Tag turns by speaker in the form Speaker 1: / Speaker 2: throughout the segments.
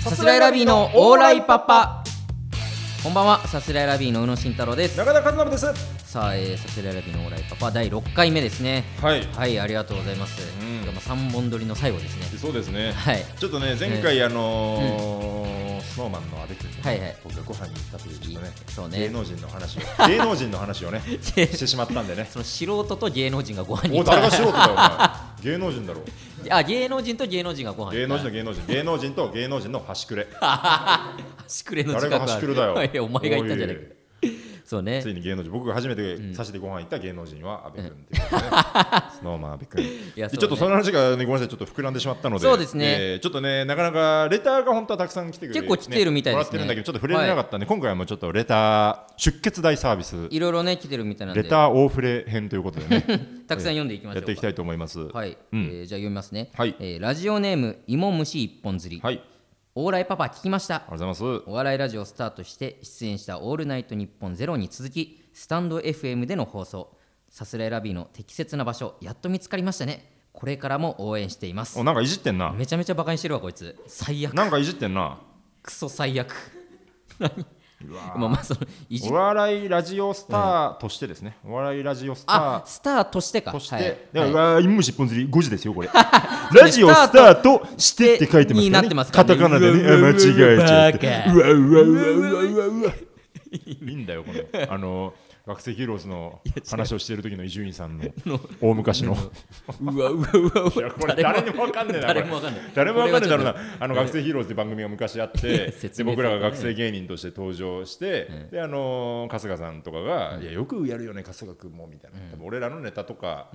Speaker 1: さすらいラビーのオーライパパこんばんはさすらいラビーの宇野慎太郎です
Speaker 2: 中田和信です。
Speaker 1: さあ、えー、さすらいラビーのオーライパパ第6回目ですね
Speaker 2: はい。
Speaker 1: はいありがとうございます、
Speaker 2: うん
Speaker 1: まあ3本撮りの最後ですね
Speaker 2: そうですね。
Speaker 1: はい
Speaker 2: ちょっとね前回あのースノーマンの阿部君とね
Speaker 1: はいはい
Speaker 2: 僕がご飯に行ったというちょっとね
Speaker 1: そうね
Speaker 2: 芸能人の 話を芸能人の話をねしてしまったんでね。
Speaker 1: その素人と芸能人がご飯に行
Speaker 2: おい
Speaker 1: った
Speaker 2: 誰が素人だよ お前。芸能人だろ。
Speaker 1: あ芸能人と芸能人がご飯に
Speaker 2: 芸
Speaker 1: 行
Speaker 2: 能
Speaker 1: った
Speaker 2: 人の芸能人芸能人と芸能人の 端くれ。
Speaker 1: 端くれの
Speaker 2: 誰
Speaker 1: 近く。
Speaker 2: が端くれだよ
Speaker 1: いやお前が言ったんじゃないか
Speaker 2: おい
Speaker 1: そうね
Speaker 2: ついに芸能人僕が初めてさしてご飯行った芸能人は阿部 君っていうことでね。スノーマン阿部君。
Speaker 1: いやそうね
Speaker 2: ちょっとその話がねごめんなさいちょっと膨らんでしまったので。
Speaker 1: そうですね
Speaker 2: えーちょっとねなかなかレターが本当はたくさん来てくれ
Speaker 1: 結構来てるみたいですね
Speaker 2: もらってるんだけどちょっと触れれなかったんで今回はもうちょっとレター出血大サービス
Speaker 1: いろいろね来てるみたいなんで
Speaker 2: レター大触れ編ということ でね
Speaker 1: たくさん読んでいきましょ
Speaker 2: やっ
Speaker 1: う
Speaker 2: ていき
Speaker 1: か
Speaker 2: たいと思います。は
Speaker 1: はい、えーじゃあ読みますね、
Speaker 2: はい
Speaker 1: えーラジオネーム芋虫一本釣り、
Speaker 2: い。あり
Speaker 1: オーライパパ聞きました
Speaker 2: がとうございます。
Speaker 1: お笑いラジオをスタートして出演した「オールナイトニッポンゼロに続きスタンド FM での放送さすらいラビーの適切な場所やっと見つかりましたねこれからも応援しています
Speaker 2: おなんかいじってんな。
Speaker 1: めちゃめちゃバカにしてるわこいつ最悪
Speaker 2: なんかいじってんな。
Speaker 1: クソ最悪何まあまあそのいじ
Speaker 2: お笑いラジオスターとしてですね。お笑いラジオスター
Speaker 1: あ。スターとしてか
Speaker 2: として、
Speaker 1: はい
Speaker 2: だから、
Speaker 1: はいう
Speaker 2: わーインムシ一本釣り5時ですよ、これ。ラジオスタートしてって書いてま
Speaker 1: に
Speaker 2: すよ
Speaker 1: なっ
Speaker 2: ね。
Speaker 1: てますか
Speaker 2: カ
Speaker 1: らね
Speaker 2: タカナでね、あ間違えちゃっ
Speaker 1: バ
Speaker 2: た。
Speaker 1: カ
Speaker 2: うわうわうわうわうわうわ。いいんだよ、この、あの、学生ヒーローズの話をしている時の伊集院さんの大昔の。
Speaker 1: うわうわうわう
Speaker 2: いや
Speaker 1: わ
Speaker 2: これ誰にもわかんねえな。
Speaker 1: 誰もわかんない
Speaker 2: 誰もわかんねえだろうな
Speaker 1: こ。
Speaker 2: あの学生ヒーローズって番組が昔あって、
Speaker 1: 説
Speaker 2: で
Speaker 1: 明
Speaker 2: 僕らが
Speaker 1: するとね
Speaker 2: 学生芸人として登場して、であのー春日さんとかがいやよくやるよね春日君もみたいな。多分俺らのネタとか。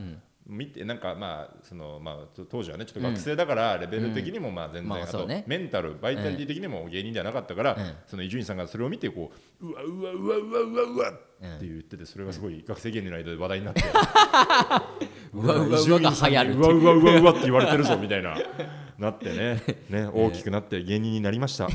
Speaker 2: 見てなんかまあそのまあちょ当時はねちょっと学生だからレベル的にもまあ全然
Speaker 1: まあ
Speaker 2: あ
Speaker 1: そ
Speaker 2: と
Speaker 1: うね
Speaker 2: メンタルバイタリティ的にも芸人ではなかったから
Speaker 1: ん
Speaker 2: その伊集院さんがそれを見てこううわうわうわうわうわうわって言っててそれがすごい学生芸人の間で話題になって
Speaker 1: うわうわうわが流行るって
Speaker 2: うわうわうわうわって言われてるぞみたいななってね ね大きくなって芸人になりました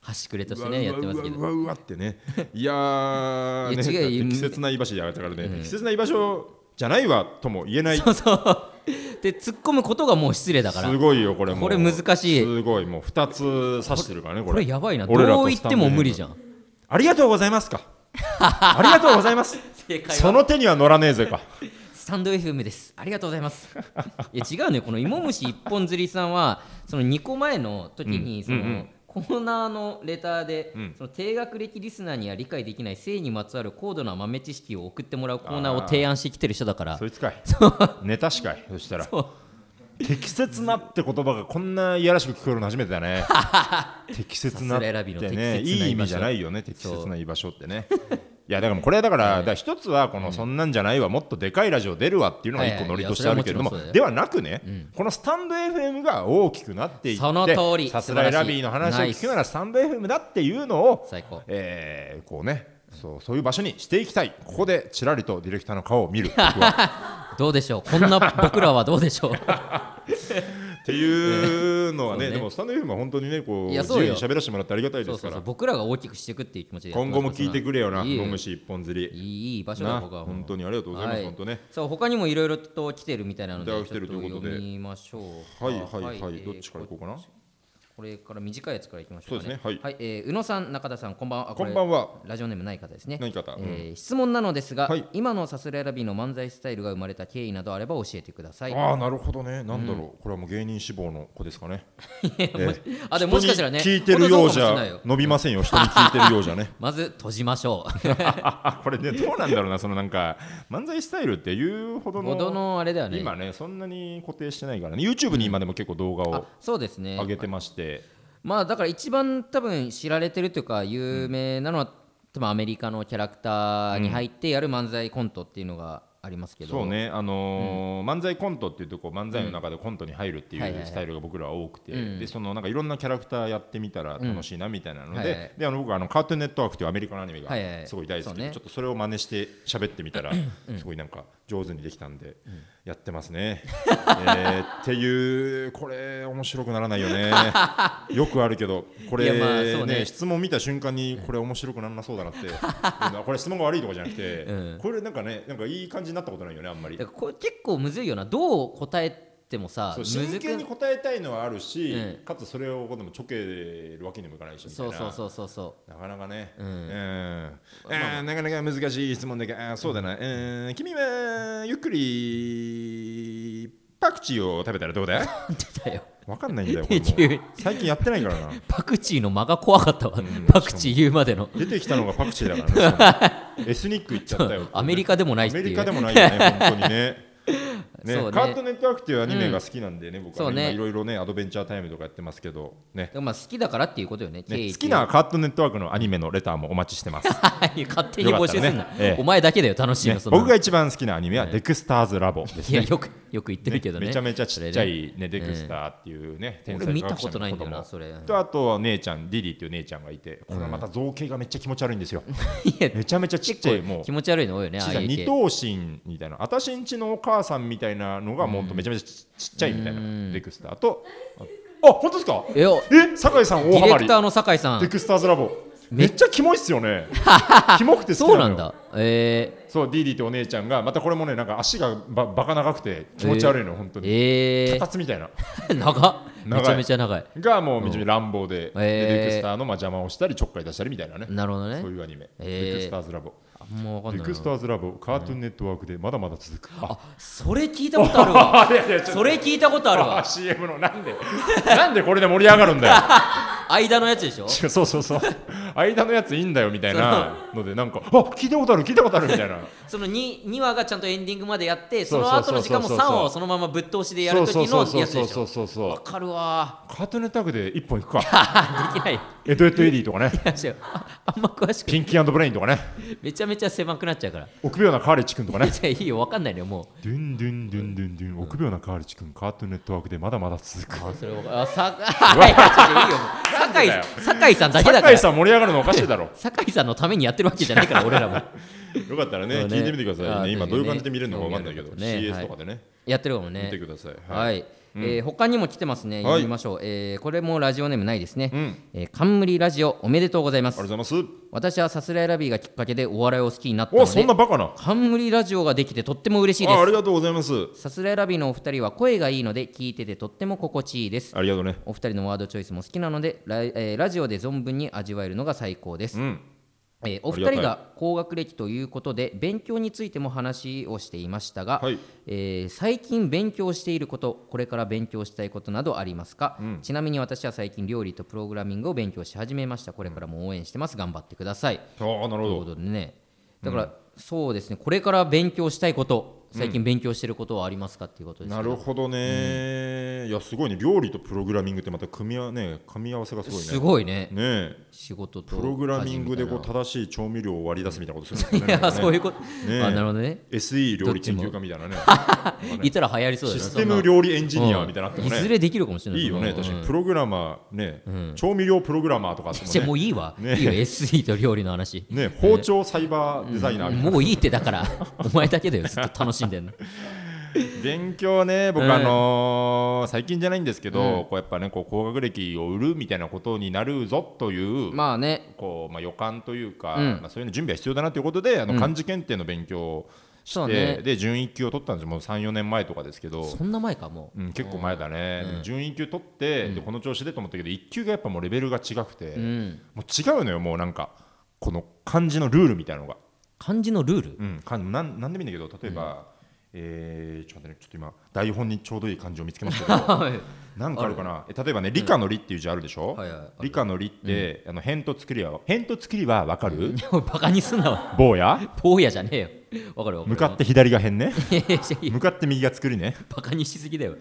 Speaker 1: 端くれと
Speaker 2: う
Speaker 1: し
Speaker 2: わ
Speaker 1: て
Speaker 2: う
Speaker 1: ねや
Speaker 2: わ
Speaker 1: ってますけ
Speaker 2: う
Speaker 1: ど
Speaker 2: わうわってねいやーね
Speaker 1: いや違う
Speaker 2: 適切な居場所でやられたからね適切な居場所じゃないわとも言えない
Speaker 1: そうそうで突っ込むことがもう失礼だから
Speaker 2: すごいよこれもう
Speaker 1: これ難しい
Speaker 2: すごいもう二つ刺してるからねこれ
Speaker 1: これやばいなど
Speaker 2: 俺らと
Speaker 1: う言っても無理じゃん
Speaker 2: ありがとうございますかありがとうございます
Speaker 1: 正解
Speaker 2: その手には乗らねえぜか
Speaker 1: スタンド FM ですありがとうございます いや違うのよこの芋虫一本釣りさんはその2個前の時に、その、コーナーのレターで、
Speaker 2: ん
Speaker 1: その低学歴リスナーには理解できない性にまつわる高度な豆知識を送ってもらうコーナーを提案してきてる人だから
Speaker 2: そいつ かいネタしかいそしたら
Speaker 1: そう
Speaker 2: 適切なって言葉がこんないやらしく聞こえるの初めて だね適切
Speaker 1: さ
Speaker 2: なっ
Speaker 1: すらい選びの
Speaker 2: て
Speaker 1: 適切
Speaker 2: ね
Speaker 1: な居場所
Speaker 2: いい意味じゃないよね適切な居場所ってねいやだからもうこれはだからだから一つはこの「そんなんじゃないわ」もっとでかいラジオ出るわっていうのが一個ノリとしてあるけれども
Speaker 1: はいはいいや
Speaker 2: ではなくねこのスタンド FM が大きくなっていって
Speaker 1: その通り
Speaker 2: さすらいラビーの話を聞くならスタンド FM だっていうのを
Speaker 1: 最高
Speaker 2: えーこうねそうそういう場所にしていきたいここでちらりとディレクターの顔を見る僕は
Speaker 1: どうでしょうこんな僕らはどうでし ょう
Speaker 2: っていうのはね、
Speaker 1: そうね
Speaker 2: でもスタンド FM は本当にね、こう
Speaker 1: いや
Speaker 2: 自
Speaker 1: そう
Speaker 2: 由
Speaker 1: よ
Speaker 2: に喋らせてもらってありがたいで
Speaker 1: そう
Speaker 2: す
Speaker 1: そ
Speaker 2: か
Speaker 1: うそう
Speaker 2: ら、
Speaker 1: 僕らが大きくしていくっていう気持ちでやって
Speaker 2: 今
Speaker 1: ます
Speaker 2: 後も聞いてくれよな、
Speaker 1: いいよ
Speaker 2: もむし一本釣り。
Speaker 1: いいいい場所だ
Speaker 2: な
Speaker 1: 僕は
Speaker 2: 本当にありがとうございます、
Speaker 1: はい
Speaker 2: 本当ね。
Speaker 1: そう他にもいろいろと来てるみたいなので
Speaker 2: いただいてるということで
Speaker 1: ちょっ読みましょう
Speaker 2: はいはいはい、
Speaker 1: えー
Speaker 2: どっちから行こうかな。
Speaker 1: これから短いやつからいきましょうか、ね。
Speaker 2: そうですねはい
Speaker 1: えー宇野さん、中田さん、こんばんは。あれ
Speaker 2: こんばんは
Speaker 1: ラジオネームない方ですね。
Speaker 2: ない方うん
Speaker 1: えー質問なのですが、
Speaker 2: はい
Speaker 1: 今のさすらいラビーの漫才スタイルが生まれた経緯などあれば教えてください。
Speaker 2: ああ、なるほどね、なんだろう、これはもう芸人志望の子ですかね。
Speaker 1: あでももしかしたらね、
Speaker 2: 人に聞いてるようじ
Speaker 1: 本当そうかもしれない
Speaker 2: ゃ
Speaker 1: よ、
Speaker 2: 伸びませんよ、人に聞いてるよう じゃね。
Speaker 1: まず閉じましょ
Speaker 2: あこれね、どうなんだろうな、そのなんか、漫才スタイルっていうほ ど
Speaker 1: う。
Speaker 2: の、
Speaker 1: ほどのあれだよね。
Speaker 2: 今ね、そんなに固定してないからね、YouTube に今でも結構動画
Speaker 1: あ
Speaker 2: を
Speaker 1: そうですね。
Speaker 2: 上げてまして。
Speaker 1: まあだから一番多分知られてるというか有名なのは、多分アメリカのキャラクターに入ってやる漫才コントっていうのがありますけど。
Speaker 2: そうね、あのー漫才コントっていうとこう漫才の中でコントに入るって
Speaker 1: はいはい
Speaker 2: い
Speaker 1: はい
Speaker 2: うスタイルが僕らは多くて、でそのなんかいろんなキャラクターやってみたら楽しいなみたいなので、
Speaker 1: はいはい
Speaker 2: であの僕はあのカートゥーンネットワークというアメリカのアニメ
Speaker 1: はいはいは
Speaker 2: が
Speaker 1: い
Speaker 2: すごい大好きで、
Speaker 1: そうね
Speaker 2: ちょっとそれを真似して喋ってみたら、 すごいなんか上手にできたんで、やってますね。えーっていうこれ面白くならないよね。よくあるけどこれ
Speaker 1: いやまあそう
Speaker 2: ね
Speaker 1: ね
Speaker 2: 質問見た瞬間にこれ面白くなんなそうだなって、これ質問が悪いとかじゃなくて、これなんかねなんかいい感じになったことないよねあんまり
Speaker 1: だ。からこれ結構むずいよなどう答えてもさ
Speaker 2: そう真剣に
Speaker 1: むず
Speaker 2: 答えたいのはあるし、
Speaker 1: う
Speaker 2: かつそれをでもちょけるわけにもいかないし
Speaker 1: く
Speaker 2: みた
Speaker 1: そ
Speaker 2: い
Speaker 1: う
Speaker 2: な
Speaker 1: そうそうそうそ
Speaker 2: なかなかね、
Speaker 1: うん
Speaker 2: うんあーなかなか難しい質問だけどあーそうだな、うん、君はゆっくりパクチーを食べたらど うだ
Speaker 1: うなんてだよ
Speaker 2: わかんないんだよこれも
Speaker 1: 急に
Speaker 2: 最近やってないから な
Speaker 1: パクチーの間が怖かったわ、パクチー言うまでの
Speaker 2: 出てきたのがパクチーだからねしか もエスニック行っちゃったよ
Speaker 1: アメリカでもない
Speaker 2: ア
Speaker 1: ってい
Speaker 2: メ
Speaker 1: う
Speaker 2: リカでもないよね本当に ねね
Speaker 1: そうね
Speaker 2: カートネットワークっていうアニメが好きなんでね、僕
Speaker 1: そ
Speaker 2: はね
Speaker 1: うね
Speaker 2: 今いろいろねアドベンチャータイムとかやってますけどね
Speaker 1: でもまあ好きだからっていうことよね
Speaker 2: ね
Speaker 1: 経緯
Speaker 2: 好きなカートネットワークのアニメのレターもお待ちし てます、ね
Speaker 1: はい 勝手に募集すん
Speaker 2: よ
Speaker 1: な、
Speaker 2: かったらねええ
Speaker 1: お前だけだよ楽しいの、そんなの
Speaker 2: 僕が一番好きなアニメは「デクスターズラボ」です
Speaker 1: いや
Speaker 2: ね
Speaker 1: よくよく言ってるけどね
Speaker 2: めちゃめちゃちっちゃ
Speaker 1: それね
Speaker 2: い、ね、デクスターっていうね、天
Speaker 1: 俺
Speaker 2: 才
Speaker 1: 見
Speaker 2: 科
Speaker 1: た
Speaker 2: 学
Speaker 1: こ
Speaker 2: 者
Speaker 1: とないんだよ
Speaker 2: の
Speaker 1: な
Speaker 2: 子供
Speaker 1: それ
Speaker 2: とあとは姉ちゃんディディっていう姉ちゃんがいてこれはまた造形がめっちゃ気持ち悪いんですよ、
Speaker 1: いや
Speaker 2: めちゃめちゃちっちゃいもう
Speaker 1: 気持ち悪いの多いよねああいう
Speaker 2: 二
Speaker 1: 系
Speaker 2: 頭身みたいな私んちのお母さんみたいなのがもっとめちゃめちゃちちっちゃいみたいなデクスターとああ本当ですか
Speaker 1: えよ
Speaker 2: え酒井さん
Speaker 1: デ
Speaker 2: 大
Speaker 1: ィ
Speaker 2: ハ
Speaker 1: レ
Speaker 2: マ
Speaker 1: ク
Speaker 2: り
Speaker 1: ターの酒井さ
Speaker 2: デ
Speaker 1: ん
Speaker 2: クスターズラボめっちゃキモいっす よねキモくて好き
Speaker 1: そう
Speaker 2: な
Speaker 1: な
Speaker 2: の
Speaker 1: ん
Speaker 2: よ
Speaker 1: だえ
Speaker 2: そうディディってお姉ちゃんがまたこれもねなんか足がばバカ長くて気持ち悪いのよ本当
Speaker 1: ー、
Speaker 2: に
Speaker 1: え
Speaker 2: 脚立みたいな
Speaker 1: ー、長っ
Speaker 2: 長い
Speaker 1: めちゃめちゃ長い
Speaker 2: がもうめちゃめちゃ乱暴で、
Speaker 1: うん
Speaker 2: で
Speaker 1: えー
Speaker 2: デクスターのまあ邪魔をしたりちょっかい出したりみたいなね
Speaker 1: なるほどね
Speaker 2: そういうアニメ、
Speaker 1: えー
Speaker 2: デクスターズラボ
Speaker 1: あもう分かん
Speaker 2: デ
Speaker 1: ない
Speaker 2: ク
Speaker 1: な
Speaker 2: スターズラボカートゥーンネットワークでまだまだ続く、あ
Speaker 1: あそれ聞いたことあるわ
Speaker 2: いやいやちょっと
Speaker 1: それ聞いたことある
Speaker 2: あ
Speaker 1: わ
Speaker 2: CM のなんで なんでこれで盛り上がる んだよ
Speaker 1: 間のやつでしょ
Speaker 2: 違うそうそうそう間のやついいんだよみたいなのでなんかあ聞いたことある聞いたことあるみた いな
Speaker 1: その 2, 2話がちゃんとエンディングまでやってそ
Speaker 2: そう
Speaker 1: の
Speaker 2: そう
Speaker 1: 後
Speaker 2: そ
Speaker 1: の
Speaker 2: う
Speaker 1: 時
Speaker 2: そう
Speaker 1: 間
Speaker 2: そう
Speaker 1: も3話をそのままぶっ通しでやる
Speaker 2: そう
Speaker 1: 時
Speaker 2: そう
Speaker 1: の
Speaker 2: そうそう
Speaker 1: やつ
Speaker 2: そ
Speaker 1: で
Speaker 2: う
Speaker 1: し
Speaker 2: そう
Speaker 1: ょ
Speaker 2: そう
Speaker 1: わかるわ
Speaker 2: カートゥーンネットワークで一本いくか
Speaker 1: ーできない
Speaker 2: エドエッドエディとか ね
Speaker 1: 話よああんま詳しく
Speaker 2: ピンキーブレインとかね
Speaker 1: めちゃめちゃ狭くなっちゃうから
Speaker 2: 臆病なカーレッジ君とかね
Speaker 1: じゃあいいよ分かんないのよもう
Speaker 2: ドゥンドゥンドゥンドゥンドゥン、臆病なカールチ君、カートゥーンネットワークでまだまだ続く。
Speaker 1: それをあさ はいはいいいよもう酒井酒井さんだけだか
Speaker 2: 酒井
Speaker 1: ら
Speaker 2: さん盛り上がるのおかし いだろ。
Speaker 1: 酒井さんのためにやってるわけじゃない から俺らも
Speaker 2: よかったらね、
Speaker 1: そうね
Speaker 2: 聞いてみてくだ
Speaker 1: あ
Speaker 2: さ
Speaker 1: ー
Speaker 2: いね。今
Speaker 1: ぜ
Speaker 2: ど
Speaker 1: ひね
Speaker 2: ういう感じで見れるのかわかんないけど、
Speaker 1: 興味ある方
Speaker 2: CS とかでね、
Speaker 1: やってるかもね
Speaker 2: 見てください。。
Speaker 1: はいい、えー他にも来てますね、
Speaker 2: い
Speaker 1: 読みましょう、えーこれもラジオネームないですね、
Speaker 2: うん
Speaker 1: えー冠ラジオおめでとうございま
Speaker 2: あ
Speaker 1: す
Speaker 2: りがとうございます。
Speaker 1: 私はさすらいラビーがきっかけでお笑いを好きになったの
Speaker 2: お、そんな
Speaker 1: で
Speaker 2: バカな。
Speaker 1: 冠ラジオができてとっても嬉しいで
Speaker 2: あありがとうございます。
Speaker 1: すさすらいラビーのお二人は声がいいので聞いててとっても心地いいです
Speaker 2: ありがとうね。
Speaker 1: お二人のワードチョイスも好きなのでラ,、えーラジオで存分に味わえるのが最高です、
Speaker 2: うん。
Speaker 1: えーお二
Speaker 2: あり
Speaker 1: 人
Speaker 2: がたい
Speaker 1: が高学歴ということで勉強についても話をしていましたが、
Speaker 2: はい
Speaker 1: えー最近勉強していることこれから勉強したいことなどありますか、ちなみに私は最近料理とプログラミングを勉強し始めましたこれからも応援してます頑張ってください、
Speaker 2: ああ、
Speaker 1: とい
Speaker 2: なるほ
Speaker 1: うこ
Speaker 2: ど。
Speaker 1: とでねだから、そうですねこれから勉強したいこと最近勉強していることはありますかっていうことですけ
Speaker 2: なるほどね。いや、すごいね。料理とプログラミングってまた組み合わね、噛み合わせがすごいね。
Speaker 1: すごいね
Speaker 2: ねえ
Speaker 1: 仕事と
Speaker 2: プログラミングでこう
Speaker 1: 家事
Speaker 2: 正しい調味料を割り出すみたいなことするん
Speaker 1: み
Speaker 2: です
Speaker 1: たい
Speaker 2: ね。
Speaker 1: ないやそういううこと、
Speaker 2: ね
Speaker 1: あなるほどね
Speaker 2: SE 料理研究家みたいなね。
Speaker 1: いたら流行りそうだ
Speaker 2: シ
Speaker 1: よね
Speaker 2: ステム料理エンジニアみたいなのあっても
Speaker 1: うんいず
Speaker 2: ね、
Speaker 1: れできるかもしれない
Speaker 2: いいよね、
Speaker 1: そんな
Speaker 2: 確
Speaker 1: の
Speaker 2: かに。プログラマーね、調味料プログラマーとかあっても
Speaker 1: じゃあもういいわ、
Speaker 2: ね
Speaker 1: いいよ SE と料理の話
Speaker 2: ね、ね包丁サイバーデザイナーみたい
Speaker 1: もういいってだからお前だけだよずっと楽しんでんの
Speaker 2: な。勉強ね、僕、
Speaker 1: うん
Speaker 2: あのー最近じゃないんですけど、こうやっぱね、こう高学歴を売るみたいなことになるぞという。
Speaker 1: まあね
Speaker 2: こうまあ、予感というか、
Speaker 1: うん
Speaker 2: まあ、そういうの準備は必要だなということであの漢字検定の勉強をして、
Speaker 1: そうね
Speaker 2: で準1級を取ったんですよもう34年前とかですけど
Speaker 1: そんな前かも
Speaker 2: うん、結構前だね、でも準1級取って、でこの調子でと思ったけど1級がやっぱもうレベルが違くて、
Speaker 1: う、うん、
Speaker 2: もう違うのよもうなんかこの漢字のルールみたいなのが、
Speaker 1: 漢字のルール
Speaker 2: うん、漢なんなんでもいいんだけど例えば、えーちょっと待ってねちょっと今台本にちょうどいい漢字を見つけましたけ ど
Speaker 1: はい
Speaker 2: なんかあるかなえ例えばね理科の理っていう字あるでしょ、
Speaker 1: はいはいある
Speaker 2: 理科の理って、あの辺と作りは辺と作りはわかる、
Speaker 1: おいバカにすんなわ
Speaker 2: 坊や
Speaker 1: 坊やじゃねえよわかるわかる
Speaker 2: 向かって左が辺ね
Speaker 1: いやいやいや
Speaker 2: 向かって右が作りね
Speaker 1: バカにしすぎだよ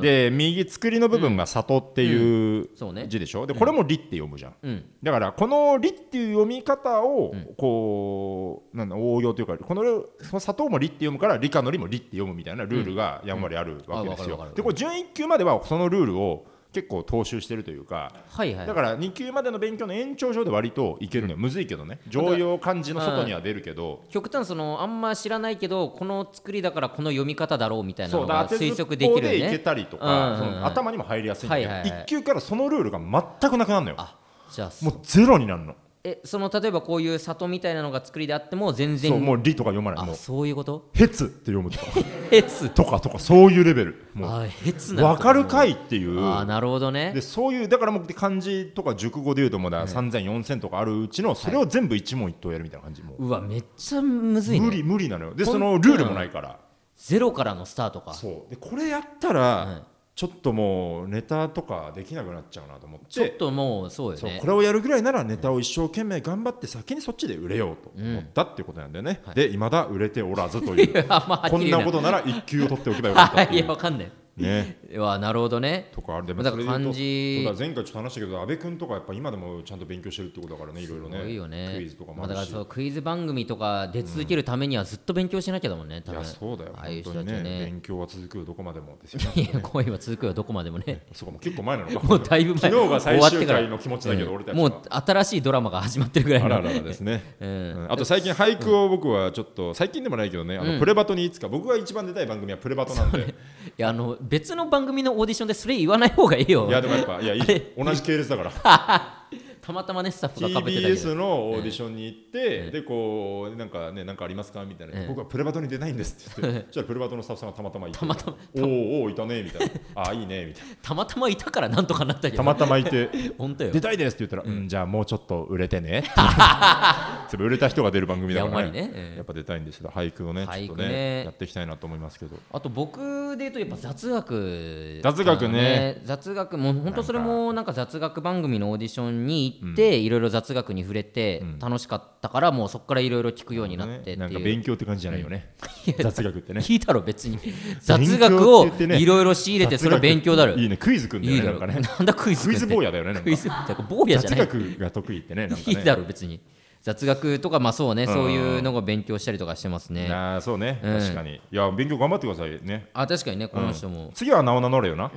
Speaker 2: で右作りの部分が里っていう
Speaker 1: そうね
Speaker 2: 字でしょでこれも「り」って読むじゃん
Speaker 1: うん
Speaker 2: だからこの「り」っていう読み方をこうなんだ応用というかこのその砂糖も「り」って読むから理科の「り」も「り」って読むみたいなルールがやんわりあるわけで
Speaker 1: うんあわ
Speaker 2: す
Speaker 1: かるわか
Speaker 2: よ
Speaker 1: る
Speaker 2: でこれ準1級まではそのルールを結構踏襲してるというか
Speaker 1: はいはい
Speaker 2: だから2級までの勉強の延長上で割といけるのよむずいけどね常用漢字の外には出るけど
Speaker 1: 極端そのあんま知らないけどこの作りだからこの読み方だろうみたいな
Speaker 2: そ
Speaker 1: の
Speaker 2: うだ
Speaker 1: が
Speaker 2: 当て
Speaker 1: 推
Speaker 2: ずっぽ
Speaker 1: 測でき
Speaker 2: う
Speaker 1: る
Speaker 2: でい
Speaker 1: よ
Speaker 2: け
Speaker 1: ね
Speaker 2: たりと
Speaker 1: う
Speaker 2: か
Speaker 1: ん
Speaker 2: そ
Speaker 1: うんうん
Speaker 2: の頭にも入りやすいんだけど
Speaker 1: はいはいはい
Speaker 2: 1級からそのルールが全くなくなるのよ
Speaker 1: あじゃあそ
Speaker 2: もうゼロになるの
Speaker 1: えその例えばこういう里みたいなのが作りであっても全
Speaker 2: そう
Speaker 1: 然
Speaker 2: もう「り」とか読まないも
Speaker 1: あ
Speaker 2: う
Speaker 1: そういうこと
Speaker 2: 「へつ」って読むとか
Speaker 1: ヘツ
Speaker 2: とかとかそういうレベルも
Speaker 1: あヘツ
Speaker 2: う
Speaker 1: なの
Speaker 2: 分かるか
Speaker 1: い
Speaker 2: いっていう
Speaker 1: ああなるほどね
Speaker 2: でそういうだからもう漢字とか熟語でいうとまだ3000、4000とかあるうちのそれを全部一問一答やるみたいな感じもう
Speaker 1: うわめっちゃむずい
Speaker 2: 無
Speaker 1: ね
Speaker 2: 理無理なのよで
Speaker 1: 本
Speaker 2: そ
Speaker 1: 当な
Speaker 2: の
Speaker 1: の
Speaker 2: ルールもないから
Speaker 1: ゼロからのスタートか
Speaker 2: そうでこれやった
Speaker 1: はい
Speaker 2: らちょっともうネタとかできなくなっちゃうなと思っ
Speaker 1: ちょってともうそうよ
Speaker 2: そう
Speaker 1: ね
Speaker 2: これをやるぐらいならネタを一生懸命頑張って先にそっちで売れようと思ったってことなんだよねで未だ売れておらずという
Speaker 1: あん まはっ
Speaker 2: こ
Speaker 1: きり
Speaker 2: ん
Speaker 1: 言
Speaker 2: な
Speaker 1: う
Speaker 2: ことなら一級を取っておけばよかった
Speaker 1: は
Speaker 2: っ
Speaker 1: い
Speaker 2: て
Speaker 1: い
Speaker 2: い
Speaker 1: や
Speaker 2: う
Speaker 1: わかんない
Speaker 2: ね
Speaker 1: うわなるほどね
Speaker 2: とかあれでも
Speaker 1: だ
Speaker 2: そ
Speaker 1: か
Speaker 2: れ
Speaker 1: ら
Speaker 2: で言
Speaker 1: 漢
Speaker 2: うと
Speaker 1: 字
Speaker 2: そうだ前回ちょっと話したけど安部君とかやっぱ今でもちゃんと勉強してるってことだからねいろいろ
Speaker 1: すごいよ
Speaker 2: ね
Speaker 1: ね
Speaker 2: クイズとかも
Speaker 1: ま
Speaker 2: あ
Speaker 1: あだ
Speaker 2: る
Speaker 1: から
Speaker 2: し
Speaker 1: そうクイズ番組とか出続けるためにはずっと勉強しなきゃだもんね多
Speaker 2: い
Speaker 1: 分
Speaker 2: やそうだよ、
Speaker 1: ああいう
Speaker 2: 本
Speaker 1: 人た
Speaker 2: 当に
Speaker 1: ちは
Speaker 2: ね
Speaker 1: ね
Speaker 2: 勉強は続くよどこまで もですよね
Speaker 1: いや恋は続くよどこまでもね
Speaker 2: そうかもう結構前なのか
Speaker 1: もうだいぶ前
Speaker 2: 昨日が最終回の気持ち
Speaker 1: 終わ
Speaker 2: だ
Speaker 1: って
Speaker 2: けど、
Speaker 1: から
Speaker 2: 俺たち
Speaker 1: も
Speaker 2: は
Speaker 1: う新しいドラマが始まってるぐらい
Speaker 2: あ
Speaker 1: の
Speaker 2: らららですね、
Speaker 1: う
Speaker 2: うんんあと最近俳句を僕はちょっと最近でもないけどね、あのプレバトにいつか僕が一番出たい番組はプレバトなんで、
Speaker 1: いやあの別の番組のオーディションでそれ言わない方がいいよ
Speaker 2: いやでもやっぱいやいい同じ系列だから
Speaker 1: たまたまねスタッフが被ってたけ
Speaker 2: TBS
Speaker 1: ど
Speaker 2: のオーディションに行って、でこうなんかねなんかありますかみたいな、
Speaker 1: ええ
Speaker 2: 僕はプレバトに出ないんですって言って、じゃあプレバトのスタッフさんがたまたまいて、
Speaker 1: たまたま
Speaker 2: おーおーいたねみたい な、あーいいねみたいな、
Speaker 1: たまたまいたからなんとかなったけど
Speaker 2: たまたまいて、
Speaker 1: 本当よ
Speaker 2: 出たいですって言ったら、うん、じゃあもうちょっと売れてね ってそれ売れた人が出る番組だか
Speaker 1: いや
Speaker 2: ら
Speaker 1: まあ
Speaker 2: ね
Speaker 1: ねええ
Speaker 2: やっぱ出たいんですけど俳句をねちょっと
Speaker 1: 俳句ね
Speaker 2: ねやっていきたいなと思いますけど
Speaker 1: あと僕で言うとやっぱ雑学
Speaker 2: 雑学ね
Speaker 1: 雑学もう本当それもなんか雑学番組のオーディションに行っていろいろ雑学に触れて楽しかったからもうそこからいろいろ聞くようになってってい
Speaker 2: ね
Speaker 1: う、
Speaker 2: なんか勉強って感じじゃないよね雑学ってね
Speaker 1: 聞いたろ別 に雑
Speaker 2: 勉強
Speaker 1: 学を
Speaker 2: って言ってね
Speaker 1: いろいろ仕入れてそれ勉強だろ
Speaker 2: いいねクイズくんだよ
Speaker 1: いい
Speaker 2: ね
Speaker 1: だ
Speaker 2: な
Speaker 1: ろ
Speaker 2: んかね
Speaker 1: なんだクイズ
Speaker 2: クイズ坊やだよ
Speaker 1: ね
Speaker 2: ねなんか
Speaker 1: クイズ坊や坊やじゃな
Speaker 2: 雑
Speaker 1: い
Speaker 2: 学が得意ってねなんか
Speaker 1: い
Speaker 2: ね
Speaker 1: いだろ別に雑学とかまあそうねそういうのが勉強したりとかしてますね
Speaker 2: ああそうね、
Speaker 1: うん
Speaker 2: 確かにいや勉強頑張ってくださいね
Speaker 1: あ確かにねこの人も
Speaker 2: 次は名を名乗れ よな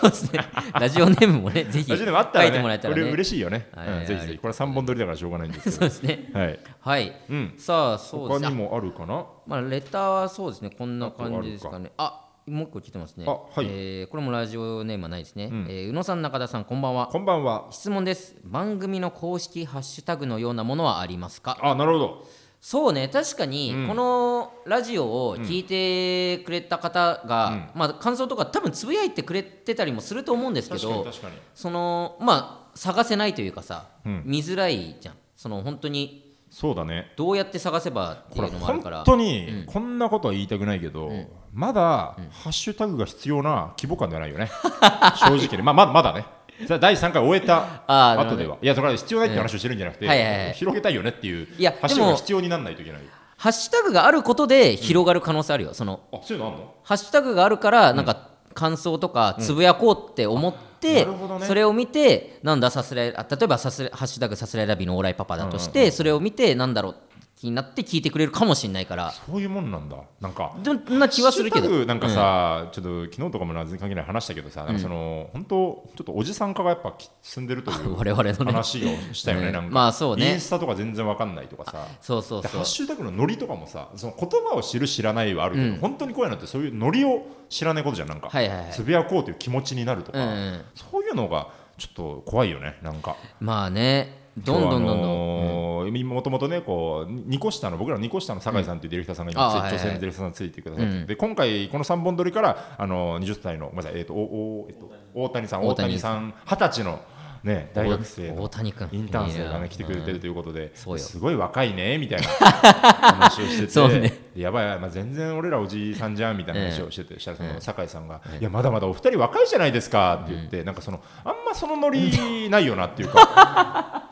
Speaker 1: そうですね。ラジオネームも ね、ぜひ書
Speaker 2: ラ
Speaker 1: い
Speaker 2: ジオでもあったら
Speaker 1: てもら
Speaker 2: ね
Speaker 1: えた
Speaker 2: こ
Speaker 1: ら
Speaker 2: れ
Speaker 1: ね。
Speaker 2: 嬉しいよね、
Speaker 1: はいはいはい
Speaker 2: うん、ぜひぜひこれ三本撮りだからしょうがないんですけ
Speaker 1: そうですね。
Speaker 2: どはい
Speaker 1: はい。
Speaker 2: うん
Speaker 1: さあ、そうで
Speaker 2: 他
Speaker 1: すね。
Speaker 2: に
Speaker 1: あ
Speaker 2: もあるかな
Speaker 1: まあ、レターはそうですね。こんな感じですかね。あもう一個来てますね。
Speaker 2: あはい
Speaker 1: えーこれもラジオネームはないですね。えー宇野さん、中田さん、こんばんは。
Speaker 2: こんばんは
Speaker 1: 質問です。番組の公式ハッシュタグのようなものはありますか
Speaker 2: あなるほど
Speaker 1: そうね確かにこのラジオを聞いてくれた方が、まあ、感想とか多分つぶやいてくれてたりもすると思うんですけ
Speaker 2: 確
Speaker 1: ど
Speaker 2: かに確かに
Speaker 1: そのまあ探せないというかさ、
Speaker 2: うん
Speaker 1: 見づらいじゃんその本当に
Speaker 2: そうだね
Speaker 1: どうやって探せばってい
Speaker 2: これ
Speaker 1: うのもあるから
Speaker 2: 本当にこんなことは言いたくないけど、まだハッシュタグが必要な規模感ではないよね 正直ねまあまだまだねさあ第3回終えた
Speaker 1: あーなるほ
Speaker 2: 後
Speaker 1: どね
Speaker 2: ではいやだから必要ないって話をしてるんじゃなくて、
Speaker 1: うんはいはいはい
Speaker 2: 広げたいよねっていう
Speaker 1: いや
Speaker 2: ハッシュタグが必要にならないといけない
Speaker 1: ハッシュタグがあることで広がる可能性あるよ、その
Speaker 2: あそういうのあるの
Speaker 1: ハッシュタグがあるからなんか感想とかつぶやこうって思って、
Speaker 2: あなるほどね
Speaker 1: それを見てなんださすらいあ例えばさすらいハッシュタグさすらいラビのオーライパパだとして、それを見てなんだろう気になって聞いてくれるかもしれないから
Speaker 2: そういうもんなんだなんか
Speaker 1: でもそんな気はするけ
Speaker 2: ハッシュ
Speaker 1: ど
Speaker 2: タグなんかさ、ちょっと昨日とかも全然関係ない話したけどさ、なんかその本当ちょっとおじさん化がやっぱ進んでる という
Speaker 1: 我々のね
Speaker 2: 話をしたよ ね、
Speaker 1: うん
Speaker 2: なんか、
Speaker 1: まあそうね
Speaker 2: インスタとか全然わかんないとかさ
Speaker 1: そうそう
Speaker 2: でハ
Speaker 1: そう
Speaker 2: ッシュタグのノリとかもさその言葉を知る知らないはあるけど、
Speaker 1: うん
Speaker 2: 本当にこういうのってそういうノリを知らないことじゃんなんか、
Speaker 1: はいはいはい
Speaker 2: つぶやこうという気持ちになる
Speaker 1: うん
Speaker 2: と
Speaker 1: う
Speaker 2: か、
Speaker 1: ん
Speaker 2: そういうのがちょっと怖いよねなんか
Speaker 1: まあねどんどんどんどん、
Speaker 2: もともとねこう二個下の僕らの二個下の酒井さんというディレクターさんが今、
Speaker 1: うんあー
Speaker 2: つ
Speaker 1: は
Speaker 2: い女
Speaker 1: い
Speaker 2: 性
Speaker 1: は
Speaker 2: の
Speaker 1: い
Speaker 2: ディレクターさんがついてくださって、
Speaker 1: うん
Speaker 2: で今回この3本撮りからあの20歳のごめんなさい、えーとおおえーと大谷さん大
Speaker 1: 大谷
Speaker 2: 谷さん二十歳の、ね、大学生の
Speaker 1: 大谷君
Speaker 2: インターン生が、
Speaker 1: い
Speaker 2: ね、
Speaker 1: や
Speaker 2: 来てくれてるということで、
Speaker 1: そうよ
Speaker 2: すごい若いね みたいな話をしてて、
Speaker 1: そうね
Speaker 2: でやばいやばい、まあ、全然俺らおじいさんじゃんみたいな話
Speaker 1: う
Speaker 2: をしてて、したらその酒井さんが、いや、まだまだお二人若いじゃないですかって言って、なんかその、あんまそのノリないよなっていうか、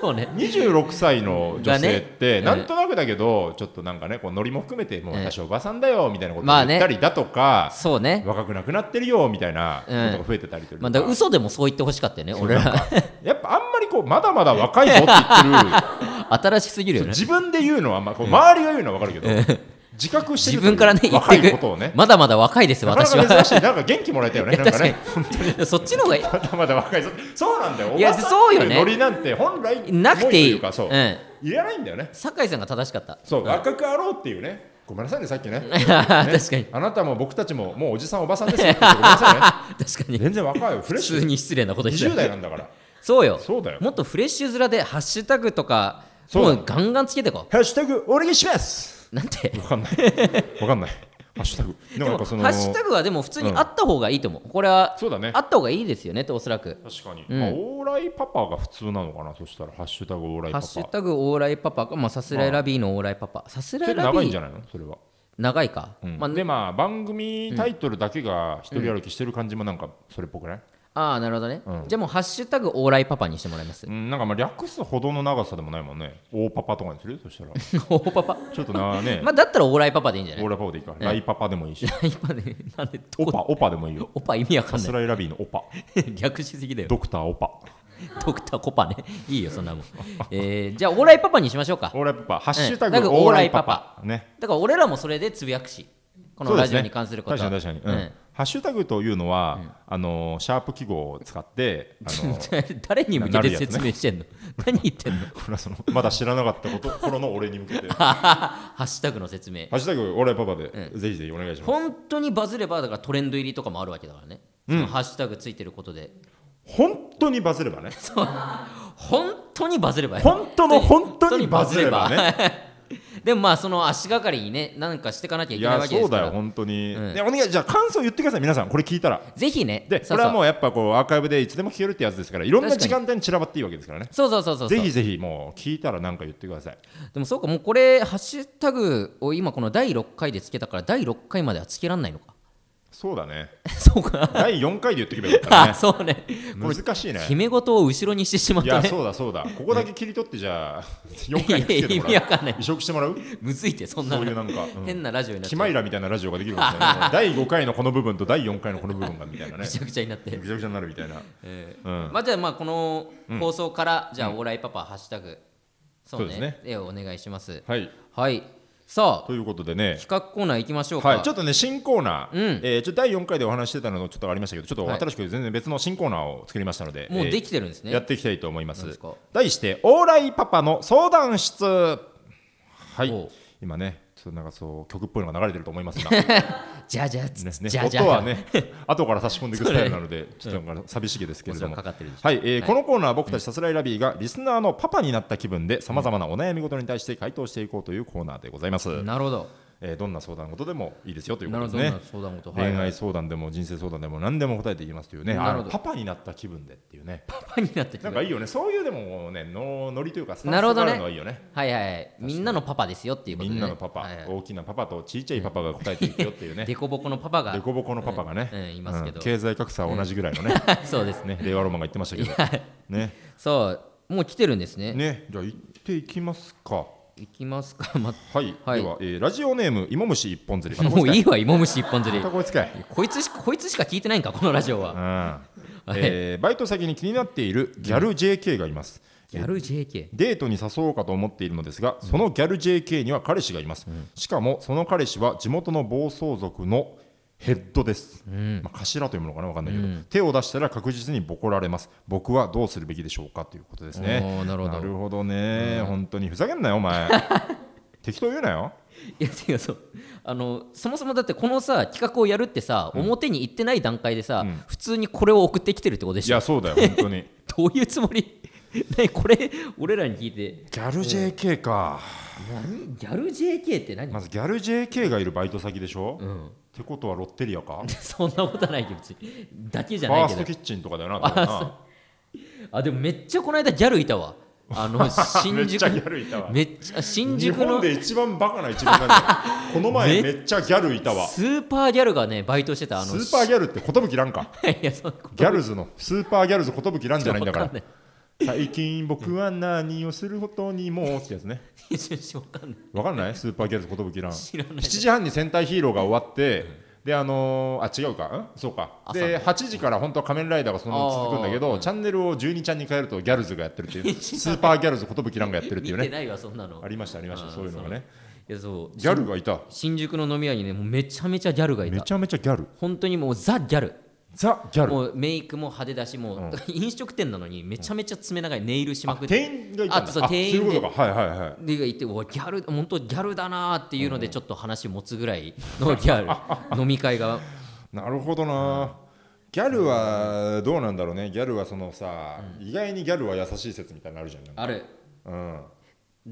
Speaker 1: そうね
Speaker 2: 26歳の女性っ
Speaker 1: がね
Speaker 2: て、
Speaker 1: うん
Speaker 2: なんとなくだけど、ちょっとなんかね、こうノリも含めて、もう
Speaker 1: うん
Speaker 2: 私、おばさんだよみたいなこと
Speaker 1: まあ
Speaker 2: を
Speaker 1: ね
Speaker 2: 言ったりだとか、
Speaker 1: そうね
Speaker 2: 若くなくなってるよみたいなこ
Speaker 1: うん
Speaker 2: とが増えてたりと
Speaker 1: まあ
Speaker 2: か
Speaker 1: だから嘘でもそう言ってほしかったよね俺ら
Speaker 2: やっぱあんまりこうまだまだ若いぞって言ってる。
Speaker 1: 新しすぎるよね
Speaker 2: 自分で言うのは、まあ、こう周りが言うのは分かるけど、自覚して
Speaker 1: 自分
Speaker 2: るという
Speaker 1: からね言っ
Speaker 2: 若
Speaker 1: てく
Speaker 2: いことをね、
Speaker 1: まだ まだ若いです
Speaker 2: なかな
Speaker 1: 私は
Speaker 2: か珍しい、なんか元気もらえた よね、なんかね、
Speaker 1: そっちの方がい
Speaker 2: まだまだ若いぞ、そうなんだよ、お
Speaker 1: いや
Speaker 2: ばさん
Speaker 1: そうよ
Speaker 2: って
Speaker 1: ね
Speaker 2: いうノリなんて、本来、
Speaker 1: なくてい
Speaker 2: 重とう
Speaker 1: い
Speaker 2: か、そうう、
Speaker 1: ん
Speaker 2: いらないんだよね、
Speaker 1: 酒井さんが正しかった
Speaker 2: そう、若くあろうっていうね、ごめんなさいね、さっきね、
Speaker 1: 確
Speaker 2: ね
Speaker 1: かに
Speaker 2: あなたも僕たちも、も うおじさん、おばさんですよって言ってごめんなさいね、
Speaker 1: 確かに
Speaker 2: 全然若いよ、フレッ シ
Speaker 1: 普通
Speaker 2: ュ、
Speaker 1: に失礼なこと言って
Speaker 2: 20
Speaker 1: た
Speaker 2: 代なんだから、
Speaker 1: そうよ
Speaker 2: そうだよ
Speaker 1: もっとフレッシュ面でハッシュタグとか
Speaker 2: そう
Speaker 1: も
Speaker 2: だ
Speaker 1: うガンガンつけてこ
Speaker 2: ハッシュタグお願いします
Speaker 1: うなんて
Speaker 2: わかんない わかんないハッシュタグで
Speaker 1: で
Speaker 2: も
Speaker 1: も
Speaker 2: な
Speaker 1: ハ
Speaker 2: んかその
Speaker 1: ッシュタグはでも普通に
Speaker 2: うん
Speaker 1: あった方がいいと思う、これは
Speaker 2: そうだね
Speaker 1: あった方がいいですよねっておそらく
Speaker 2: 確かに、
Speaker 1: うん
Speaker 2: まあオーライパパが普通なのかなそしたらハッシュタグオーライ
Speaker 1: ハ
Speaker 2: パ
Speaker 1: ッシュ
Speaker 2: パ
Speaker 1: タグオーライパパか、まあ、さすらいラビーのオーライパパさすら
Speaker 2: 結
Speaker 1: い
Speaker 2: 構
Speaker 1: ラビ
Speaker 2: 長いんじ
Speaker 1: ー
Speaker 2: ゃないのそれは、
Speaker 1: 長いか、
Speaker 2: うん
Speaker 1: まあ、
Speaker 2: でまあ番組タイトルだけが一人歩きしてる感じもなんかそれっぽくない、
Speaker 1: ああなるほどね、
Speaker 2: うん
Speaker 1: じゃあもうハッシュタグオーライパパにしてもらいます
Speaker 2: うん、なんかまあ略すほどの長さでもないもんね大パパとかにするそしたら
Speaker 1: オーパパ
Speaker 2: ちょっとなね、
Speaker 1: まあだったらオーライパパでいいんじゃ
Speaker 2: オ
Speaker 1: ない
Speaker 2: ーライパパでいいか、ライパパでもいいし
Speaker 1: 今ねなんで
Speaker 2: オパオパでもいいよ
Speaker 1: オパ意味わか
Speaker 2: カ
Speaker 1: んな
Speaker 2: ス
Speaker 1: い
Speaker 2: ライラビーのオパ
Speaker 1: 逆しすぎだよ
Speaker 2: ドクターオパ
Speaker 1: ドクターコパね。いいよ、そんなもん。えーじゃあ、オーライパパにしましょうか。
Speaker 2: オーライパパハッシュタ
Speaker 1: なん
Speaker 2: グ
Speaker 1: か
Speaker 2: オーライパ
Speaker 1: オーラ
Speaker 2: パね
Speaker 1: だから、俺らもそれでつぶやくし、このラジオに関すること
Speaker 2: そうですね確かに確かに、うんハッシュタグというのは、あのシャープ記号を使ってあの
Speaker 1: うん誰に向けて説明してんの、何言ってん の
Speaker 2: ほらそのまだ知らなかったこと頃の俺に向 けてハ
Speaker 1: ハッシュタグの説明。
Speaker 2: ッシュタグオーライパパで、ぜひぜひお願いします
Speaker 1: 本当にバズれば、だからトレンド入りとかもあるわけだからね。そのハッシュタグついてることで。
Speaker 2: 本当にバズればね
Speaker 1: 本当にバズれば
Speaker 2: 本当の本当にバズればね
Speaker 1: でもまあ、その足がかりにね、なんかしていかなきゃい
Speaker 2: い
Speaker 1: けない
Speaker 2: や
Speaker 1: わけで
Speaker 2: そ
Speaker 1: す
Speaker 2: う
Speaker 1: か
Speaker 2: だ
Speaker 1: ら。
Speaker 2: よ本当に、でお願いじゃあ感想言ってください皆さんこれ聞いたら
Speaker 1: ぜひね、
Speaker 2: で
Speaker 1: そうそう
Speaker 2: これはもうやっぱこうアーカイブでいつでも聞けるってやつですからいろんな
Speaker 1: 確かに
Speaker 2: 時間帯に散らばっていいわけですからね
Speaker 1: そうそうそうそうそう
Speaker 2: ぜひぜひもう聞いたら何か言ってください
Speaker 1: でもそうかもうこれハッシュタグを今この第6回でつけたから第6回まではつけらんないの か
Speaker 2: そうだね
Speaker 1: そうか、
Speaker 2: 第4回で言ってけばよかった
Speaker 1: あ
Speaker 2: ね
Speaker 1: そうね
Speaker 2: 難しいね
Speaker 1: 決め事を後ろにしてしまっ
Speaker 2: い
Speaker 1: た
Speaker 2: や
Speaker 1: ね
Speaker 2: そうだそうだここだけ切り取ってじゃあ4回につけて も
Speaker 1: いや意味わ
Speaker 2: ら
Speaker 1: かんないう
Speaker 2: 移植してもらう
Speaker 1: むずいってそんな
Speaker 2: そういうなんか、うん
Speaker 1: 変なラジオになって
Speaker 2: キマイ
Speaker 1: め
Speaker 2: ラみたいなラジオができるかもしれない ね第5回のこの部分と第4回のこの部分がみたいなねぐち
Speaker 1: ちゃくちゃになって、
Speaker 2: ゃぐちゃになるみたいな、
Speaker 1: えー
Speaker 2: うん
Speaker 1: まあじゃあまあこの放送から、じゃあオーライパパハッシュタグそう
Speaker 2: そうで
Speaker 1: ね
Speaker 2: すね
Speaker 1: 絵をお願いします
Speaker 2: はい
Speaker 1: はいさあ
Speaker 2: ということでね
Speaker 1: 企画コーナー行きましょうか、
Speaker 2: はい、ちょっとね新コーナー、
Speaker 1: うん
Speaker 2: えーちょっと第4回でお話ししてたのがちょっとありましたけどちょっと
Speaker 1: はい
Speaker 2: 新しく全然別の新コーナーを作りましたので、
Speaker 1: もうで
Speaker 2: え
Speaker 1: きてるんです
Speaker 2: ー
Speaker 1: ね、
Speaker 2: やっていきたいと思いま
Speaker 1: なんですすか
Speaker 2: 題して「オーライパパの相談室」は
Speaker 1: おう
Speaker 2: い今ねちょっとなんかそう曲っぽいのが流れてると思 いますが、
Speaker 1: じゃあじゃあつ
Speaker 2: ね
Speaker 1: つ
Speaker 2: ね
Speaker 1: じゃあじゃあ
Speaker 2: 音はね 後から差し込んでいくスタイルなのでちょっとなんか寂しげですけれど
Speaker 1: お
Speaker 2: も
Speaker 1: 世話かかってるでしょ
Speaker 2: はい、えーこのコーナーは僕たちさすらいラビーがリスナーのパパになった気分でさまざまなお悩み事に対して回答していこうというコーナーでございます、
Speaker 1: なるほど
Speaker 2: えーどんな相談事でもいいですよというこ
Speaker 1: なる
Speaker 2: と
Speaker 1: ほ
Speaker 2: です
Speaker 1: ど、
Speaker 2: ね
Speaker 1: 相談事はい
Speaker 2: 恋愛相談でも人生相談でも何でも答えていきますというね
Speaker 1: なる
Speaker 2: あ
Speaker 1: ほ
Speaker 2: の
Speaker 1: ど
Speaker 2: パパになった気分でっていうね
Speaker 1: パパになってきた
Speaker 2: なんかいいよねそういうでもねのノリというかスタン
Speaker 1: な
Speaker 2: ス
Speaker 1: るほ
Speaker 2: が
Speaker 1: ど
Speaker 2: あ
Speaker 1: ね
Speaker 2: るのはいいよね
Speaker 1: はいはいはいみんなのパパですよっていうこと
Speaker 2: み
Speaker 1: で、ね、
Speaker 2: んなのパパ、
Speaker 1: はいはい
Speaker 2: 大きなパパと小さいパパが答えていくよっていうね
Speaker 1: デコボコのパパが
Speaker 2: デコボコのパパがね、
Speaker 1: うんうんいますけど
Speaker 2: 経済格差は同じぐらいのね
Speaker 1: そうですね
Speaker 2: ね令和ロマンが言ってましたけどね
Speaker 1: そうもう来てるんですね
Speaker 2: ねじゃあ行っていきますか
Speaker 1: いきます かま
Speaker 2: はい、
Speaker 1: はい
Speaker 2: では、えーラジオネーム芋虫一本釣り
Speaker 1: もうい
Speaker 2: い
Speaker 1: いわ芋虫一本釣り
Speaker 2: こいつかい
Speaker 1: こいつしかこいつしか聞いてないんかこのラジオ
Speaker 2: うん
Speaker 1: ははい
Speaker 2: えーバイト先に気になっているギャル JK がいます、
Speaker 1: ギャル JK
Speaker 2: デートに誘おうかと思っているのですが、そのギャル JK には彼氏がいます、しかもその彼氏は地元の暴走族のヘッドです、まあ、頭というものかな分かんないけど、手を出したら確実にボコられます僕はどうするべきでしょうかということですね
Speaker 1: おーなるほど
Speaker 2: ね、本当にふざけんなよ お前適当言うなよ
Speaker 1: いやていうかそうあのそもそもだってこのさ企画をやるってさ、表に行ってない段階でさ、普通にこれを送ってきてるってことで
Speaker 2: い
Speaker 1: しょ
Speaker 2: やそうだよ本当 に
Speaker 1: どういうつもり 何これ俺らに聞いて
Speaker 2: ギャル JK か、
Speaker 1: 何ギャル JK って何、
Speaker 2: まずギャル JK がいるバイト先でしょ、
Speaker 1: う
Speaker 2: っ
Speaker 1: ん
Speaker 2: てことはロッテリアか
Speaker 1: そんなことはないけど別にだけじゃ
Speaker 2: フ
Speaker 1: な
Speaker 2: ァ
Speaker 1: い
Speaker 2: ー
Speaker 1: け
Speaker 2: ス
Speaker 1: ど
Speaker 2: トキッチンとかだよな
Speaker 1: あ
Speaker 2: 多分な
Speaker 1: あでもめっちゃこの間ギャルいたわあの
Speaker 2: め
Speaker 1: 新
Speaker 2: っち
Speaker 1: 宿
Speaker 2: ゃギャルいたわ
Speaker 1: めっちゃ新
Speaker 2: 日
Speaker 1: 宿
Speaker 2: 本
Speaker 1: の
Speaker 2: で一番バカな一面 なんだよこの前めっちゃギャルいたわス
Speaker 1: スーパーギャルがねバイトしてたあの
Speaker 2: ーパーギャルって寿蘭か
Speaker 1: いやそんなこと
Speaker 2: ギャルズのスーパーギャルズ寿蘭じゃないんだか
Speaker 1: わ
Speaker 2: ら
Speaker 1: かんない
Speaker 2: 最近僕は何をすることにもってやつね
Speaker 1: いやちょわかんない
Speaker 2: わかんないスーパーギャルズ寿蘭
Speaker 1: 知らない
Speaker 2: 7時半に戦隊ヒーローが終わってであのーあ違うかんそうかで8時から本当は仮面ライダーがそのまま続くんだけどチャンネルを12ちゃんに変えるとギャルズがやってるって いうスーパーギャルズ寿蘭がやってるってい
Speaker 1: 見
Speaker 2: う
Speaker 1: て
Speaker 2: ね
Speaker 1: ないわそんなの
Speaker 2: ありましたありました
Speaker 1: あー
Speaker 2: そういうのがね
Speaker 1: いやそう
Speaker 2: ギャルがいた
Speaker 1: 新宿の飲み屋にねもうめちゃめちゃギャルがい
Speaker 2: め
Speaker 1: た
Speaker 2: ちゃめちゃギャル
Speaker 1: 本当にもうザ・ギャル
Speaker 2: ザ・ギャル
Speaker 1: もうメイクも派手だしもう、飲食店なのにめちゃめちゃ爪長いネイルしまくって
Speaker 2: 店員がいたんだ
Speaker 1: あそう
Speaker 2: あ
Speaker 1: 店員で
Speaker 2: そういうことかはいはいはい
Speaker 1: で言ってうわギャル本当ギャルだなーっていうのでちょっ と話持つぐらいのギャル飲み会が
Speaker 2: なるほどな、ギャルはどうなんだろうねギャルはそのさ、意外にギャルは優しい説みたいなのあるじゃんなんか
Speaker 1: ある
Speaker 2: うん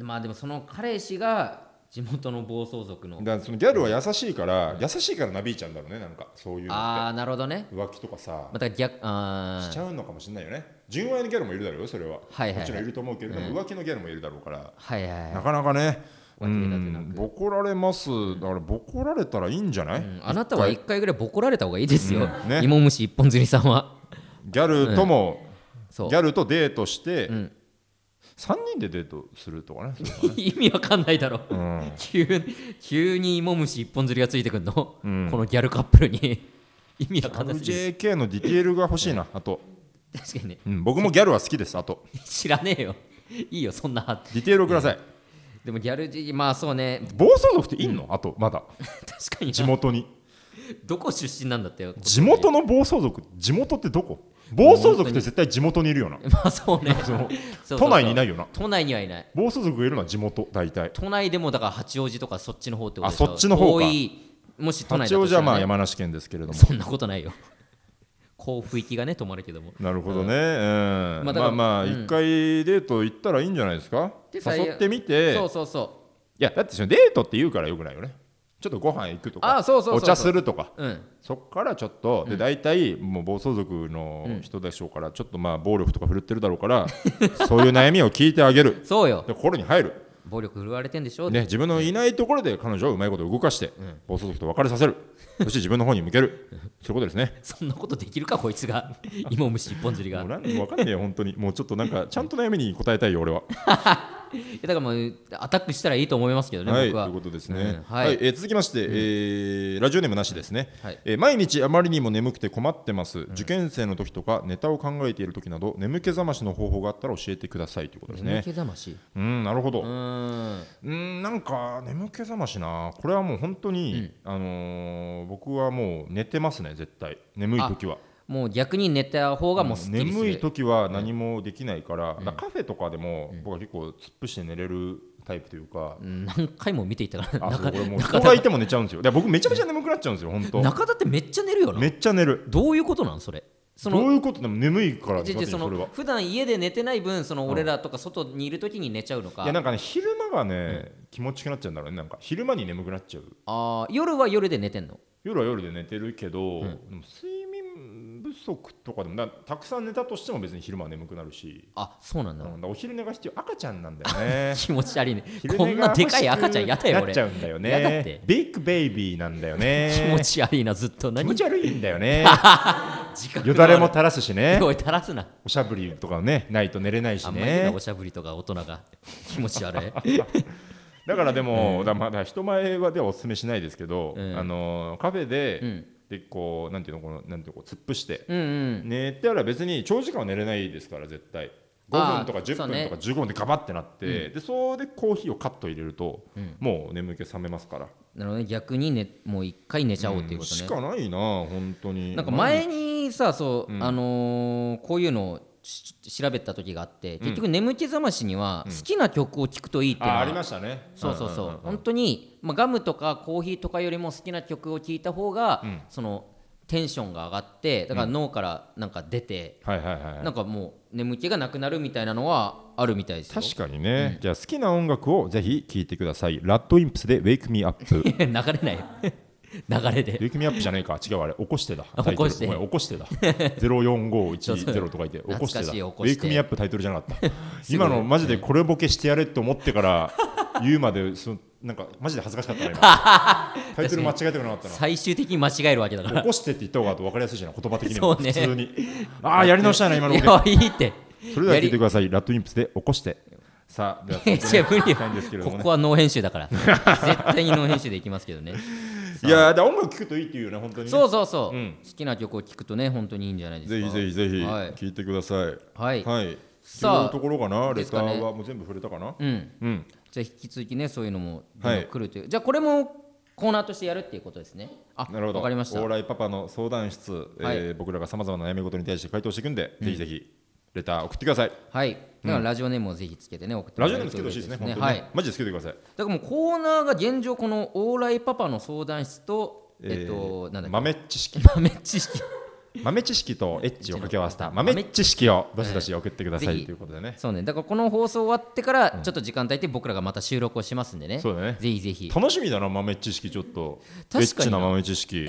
Speaker 1: まあでもその彼氏が地元の暴走族の
Speaker 2: だからそのギャルは優しいから、優しいからなびいちゃうんだろうねなんかそういうの
Speaker 1: ああなるほどね
Speaker 2: って浮気とかさ
Speaker 1: また逆あ
Speaker 2: しち
Speaker 1: ー
Speaker 2: ゃうのかもしれないよね純愛のギャルもいるだろうよそれは,、
Speaker 1: はいはいはい
Speaker 2: もちろんいると思うけれども、浮気のギャルもいるだろうから、
Speaker 1: はいはい
Speaker 2: な
Speaker 1: は
Speaker 2: かなかね
Speaker 1: 浮気だってなく
Speaker 2: うんボコられますだからボコられたらいいんじゃない、
Speaker 1: い、うんあなたは一回ぐらいボコられた方がいいですよ、
Speaker 2: うんね
Speaker 1: 芋虫一本釣りさんは
Speaker 2: ギャルとも、
Speaker 1: そう
Speaker 2: ギャルとデートして、
Speaker 1: ん
Speaker 2: 3人でデートする とかね
Speaker 1: 意味わかんないだろ、
Speaker 2: ん
Speaker 1: 急に急に芋虫一本釣りがついてくんの、
Speaker 2: ん
Speaker 1: このギャルカップルに 意味わかんない
Speaker 2: JK のディテールが欲しいなあと、
Speaker 1: 確かにね
Speaker 2: うん、僕もギャルは好きですあと
Speaker 1: 知らねえよいいよそんな
Speaker 2: ディテールをください、
Speaker 1: でもギャルじまあそうね
Speaker 2: 暴走族っていんの、あとまだ
Speaker 1: 確かに
Speaker 2: 地
Speaker 1: な
Speaker 2: 元に
Speaker 1: どこ出身なんだってよ
Speaker 2: 地元の暴走族地元ってどこ暴走族って絶対地元にいるよな
Speaker 1: まあそうね
Speaker 2: その
Speaker 1: そうそうそう
Speaker 2: 都内にいないよな
Speaker 1: 都内にはいない
Speaker 2: 暴走族がいるのは地元大体
Speaker 1: 都内でもだから八王子とかそっちの方ってことでしょ
Speaker 2: あそっちの方か
Speaker 1: 遠いもし都内だ
Speaker 2: 八
Speaker 1: と
Speaker 2: 王
Speaker 1: し
Speaker 2: 子
Speaker 1: たら
Speaker 2: は
Speaker 1: ね
Speaker 2: まあ山梨県ですけれども
Speaker 1: そんなことないよ甲府行きがね止まるけども
Speaker 2: なるほどね、うん
Speaker 1: まあだか
Speaker 2: ま
Speaker 1: ら
Speaker 2: あまあ一回デート行ったらいいんじゃないですか
Speaker 1: でさ
Speaker 2: 誘ってみ
Speaker 1: そう
Speaker 2: て
Speaker 1: そうそ
Speaker 2: いやだってそのデートって言うからよくないよねちょっとご飯行くとか
Speaker 1: あそうそうそうそう
Speaker 2: お茶するとか
Speaker 1: ううん
Speaker 2: そっからちょっとで大体もう暴走族の人でしょうからちょっとまあ暴力とか振るってるだろうから そういう悩みを聞いてあげる
Speaker 1: そうよ
Speaker 2: で心に入る
Speaker 1: 暴力振るわれてんでしょ、
Speaker 2: ね、自分のいないところで彼女をうまいこと動かして、暴走族と別れさせる、そして自分の方に向け る、そういうことですね。
Speaker 1: そんなことできるかこいつ が芋虫一本釣りが
Speaker 2: もう
Speaker 1: い
Speaker 2: なん分かんねえよ、本当に。もうちょっとなんか、ちゃんと悩みに答えたいよ、俺は。
Speaker 1: やだからもうアタックしたらいいと思いますけどね、
Speaker 2: はい、
Speaker 1: 僕
Speaker 2: とい
Speaker 1: は
Speaker 2: うことです
Speaker 1: う
Speaker 2: ね
Speaker 1: ん。は
Speaker 2: はいい、えー続きまして、えーラジオネームなしですね
Speaker 1: はい。
Speaker 2: えー毎日あまりにも眠くて困ってます。受験生の時とか、ネタを考えている時など、眠気覚ましの方法があったら教えてくださいということです
Speaker 1: 眠
Speaker 2: ね
Speaker 1: 気。覚まし
Speaker 2: うん、なるほど
Speaker 1: う。ーん
Speaker 2: うんなんか眠気覚ましなこれはもう本当に、あのー僕はもう寝てますね絶対眠い時は
Speaker 1: もう逆に寝た方がもうすっきりする
Speaker 2: 眠い時は何もできないから,、カフェとかでも、僕は結構突っ伏して寝れるタイプというか、
Speaker 1: うん何回も見ていたから
Speaker 2: あそう
Speaker 1: 中
Speaker 2: これもう人がいても寝ちゃうんですよいや僕めちゃめちゃ眠くなっちゃうんですよ本当
Speaker 1: 中田ってめっちゃ寝るよ
Speaker 2: め
Speaker 1: な
Speaker 2: っちゃ寝る
Speaker 1: どういうことなんそれそ
Speaker 2: ど
Speaker 1: の
Speaker 2: ういうことでも眠いから
Speaker 1: じゃじゃそ
Speaker 2: それは
Speaker 1: の普段家で寝てない分その俺らとか外にいるときに寝ちゃうの
Speaker 2: い
Speaker 1: か
Speaker 2: やなんかね昼間がね、気持ちよくなっちゃうんだろうねなんか昼間に眠くなっちゃう
Speaker 1: あー夜は夜で寝てんの
Speaker 2: 夜は夜で寝てるけど、でも睡眠不足とかでもだたくさん寝たとしても別に昼間は眠くなるし、
Speaker 1: あそうなんだ
Speaker 2: うんだからお昼寝が必要赤ちゃんなんだよね
Speaker 1: 気持ち悪いね
Speaker 2: 昼寝が
Speaker 1: こんなでかい赤ちゃんやだよ
Speaker 2: 欲
Speaker 1: 俺
Speaker 2: しくなっちゃうんだよ
Speaker 1: やだっ
Speaker 2: ね
Speaker 1: て
Speaker 2: ビッグベイビーなんだよね
Speaker 1: 気持ち悪いなずっと
Speaker 2: 気
Speaker 1: 何
Speaker 2: 持ち悪いんだ よね
Speaker 1: 自覚
Speaker 2: よだれも
Speaker 1: の
Speaker 2: 垂らすし
Speaker 1: あ
Speaker 2: ね
Speaker 1: るおい垂らすな
Speaker 2: おしゃぶりとかねないと寝れないし
Speaker 1: あんまり言うな
Speaker 2: ね
Speaker 1: おしゃぶりとか大人 が気持ち悪い
Speaker 2: だからでも、だまだ人前はではお勧めしないですけど、
Speaker 1: うん
Speaker 2: あのカフェで、
Speaker 1: うん
Speaker 2: でこうなんていうのこのなんていうのこう突っ伏して
Speaker 1: うんうん
Speaker 2: 寝たら別に長時間は寝れないですから絶対5
Speaker 1: あー
Speaker 2: 分とか10
Speaker 1: そう
Speaker 2: 分
Speaker 1: ね
Speaker 2: とか15分でガバってなって、でそれでコーヒーをカット入れると、もう眠気覚めますから、
Speaker 1: なので逆にねもう一回寝ちゃおうっていうこと
Speaker 2: し
Speaker 1: ね
Speaker 2: かないな本当に
Speaker 1: なんか前にさそうあのーこういうのをし調べた時があって結局眠気覚ましには好きな曲を聴くといいっていうの
Speaker 2: あーあ
Speaker 1: は
Speaker 2: りましたね
Speaker 1: そうそうそう,、
Speaker 2: んんん
Speaker 1: 本当に、まあ、ガムとかコーヒーとかよりも好きな曲を聴いた方が、
Speaker 2: ん
Speaker 1: そのテンションが上がってだから脳からなんか出て、
Speaker 2: はいはいはい
Speaker 1: なんかもう眠気がなくなるみたいなのはあるみたいですよ
Speaker 2: 確かにね、じゃあ好きな音楽をぜひ聴いてくださいラッドインプスで Wake Me Up
Speaker 1: に流れないよ流れで
Speaker 2: Wake Me Up じゃないか違うあれ起こしてだ
Speaker 1: あ起こして
Speaker 2: タイトルごめん起こしてだ 045120とか言って起こして
Speaker 1: 懐か
Speaker 2: だ
Speaker 1: しい
Speaker 2: Wake
Speaker 1: 起こして
Speaker 2: Me Up タイトルじゃ なかった今のマジでこれボケしてやれって思ってから言うまでそのなんかマジで恥ずかしかった な今タイトル間違えてくなかった
Speaker 1: 最終的に間違えるわけだか
Speaker 2: な
Speaker 1: ら
Speaker 2: 起こしてって言った方が分かりやすいじゃん言葉的に
Speaker 1: そ
Speaker 2: も、
Speaker 1: うね
Speaker 2: 普通 にああやり直したいな今のボケ
Speaker 1: いやいいって
Speaker 2: それでは
Speaker 1: や
Speaker 2: 聞
Speaker 1: り
Speaker 2: いてくださいラッドインプスで起こしてさあでは
Speaker 1: いや無理よ
Speaker 2: たいんですけれど
Speaker 1: こ
Speaker 2: もね
Speaker 1: こはノー編集だ から絶対にノー編集でいきますけどね
Speaker 2: いやーだから音楽聴くといいっていうよね本当にね
Speaker 1: そうそうそう、
Speaker 2: うん
Speaker 1: 好きな曲を聴くとね本当にいいんじゃないですか
Speaker 2: ぜひぜひぜひ
Speaker 1: はい
Speaker 2: 聞いてください。
Speaker 1: はい
Speaker 2: はい。
Speaker 1: さあ
Speaker 2: というところかな、レタ
Speaker 1: です
Speaker 2: ー
Speaker 1: か
Speaker 2: はもう全部触れたかな。
Speaker 1: うん
Speaker 2: うん。
Speaker 1: じゃあ引き続きねそういうのもどん
Speaker 2: は
Speaker 1: ど
Speaker 2: い
Speaker 1: ん来るという、じゃあこれもコーナーとしてやるっていうことですねあ
Speaker 2: なるほど。
Speaker 1: わかりました
Speaker 2: オーライパパの相談室、えー僕らがさまざまな悩み事に対して回答していくんで、ぜひぜひレター送ってください。
Speaker 1: はいだからラジオネームをぜひつけてね送っても
Speaker 2: ラ
Speaker 1: ら
Speaker 2: ジオ
Speaker 1: え
Speaker 2: ネー
Speaker 1: る
Speaker 2: ムつけてほしいですね。
Speaker 1: と
Speaker 2: 本
Speaker 1: うこと
Speaker 2: 当にね
Speaker 1: はい
Speaker 2: マジでつけてください。
Speaker 1: だからもうコーナーが現状このオーライパパの相談室とえっと、なんだっ
Speaker 2: 豆知識。
Speaker 1: け豆知識
Speaker 2: 豆知識とエッチを掛け合わせた豆知識をどしどし送ってくださ
Speaker 1: ぜ
Speaker 2: い
Speaker 1: ひ
Speaker 2: ということでね
Speaker 1: そうねだからこの放送終わってからちょっと時間帯で僕らがまた収録をしますんでね
Speaker 2: そうだね
Speaker 1: ぜひぜひ
Speaker 2: 楽しみだな豆知識ちょっとエ
Speaker 1: 確
Speaker 2: ッ
Speaker 1: かに
Speaker 2: チ
Speaker 1: な
Speaker 2: な豆知識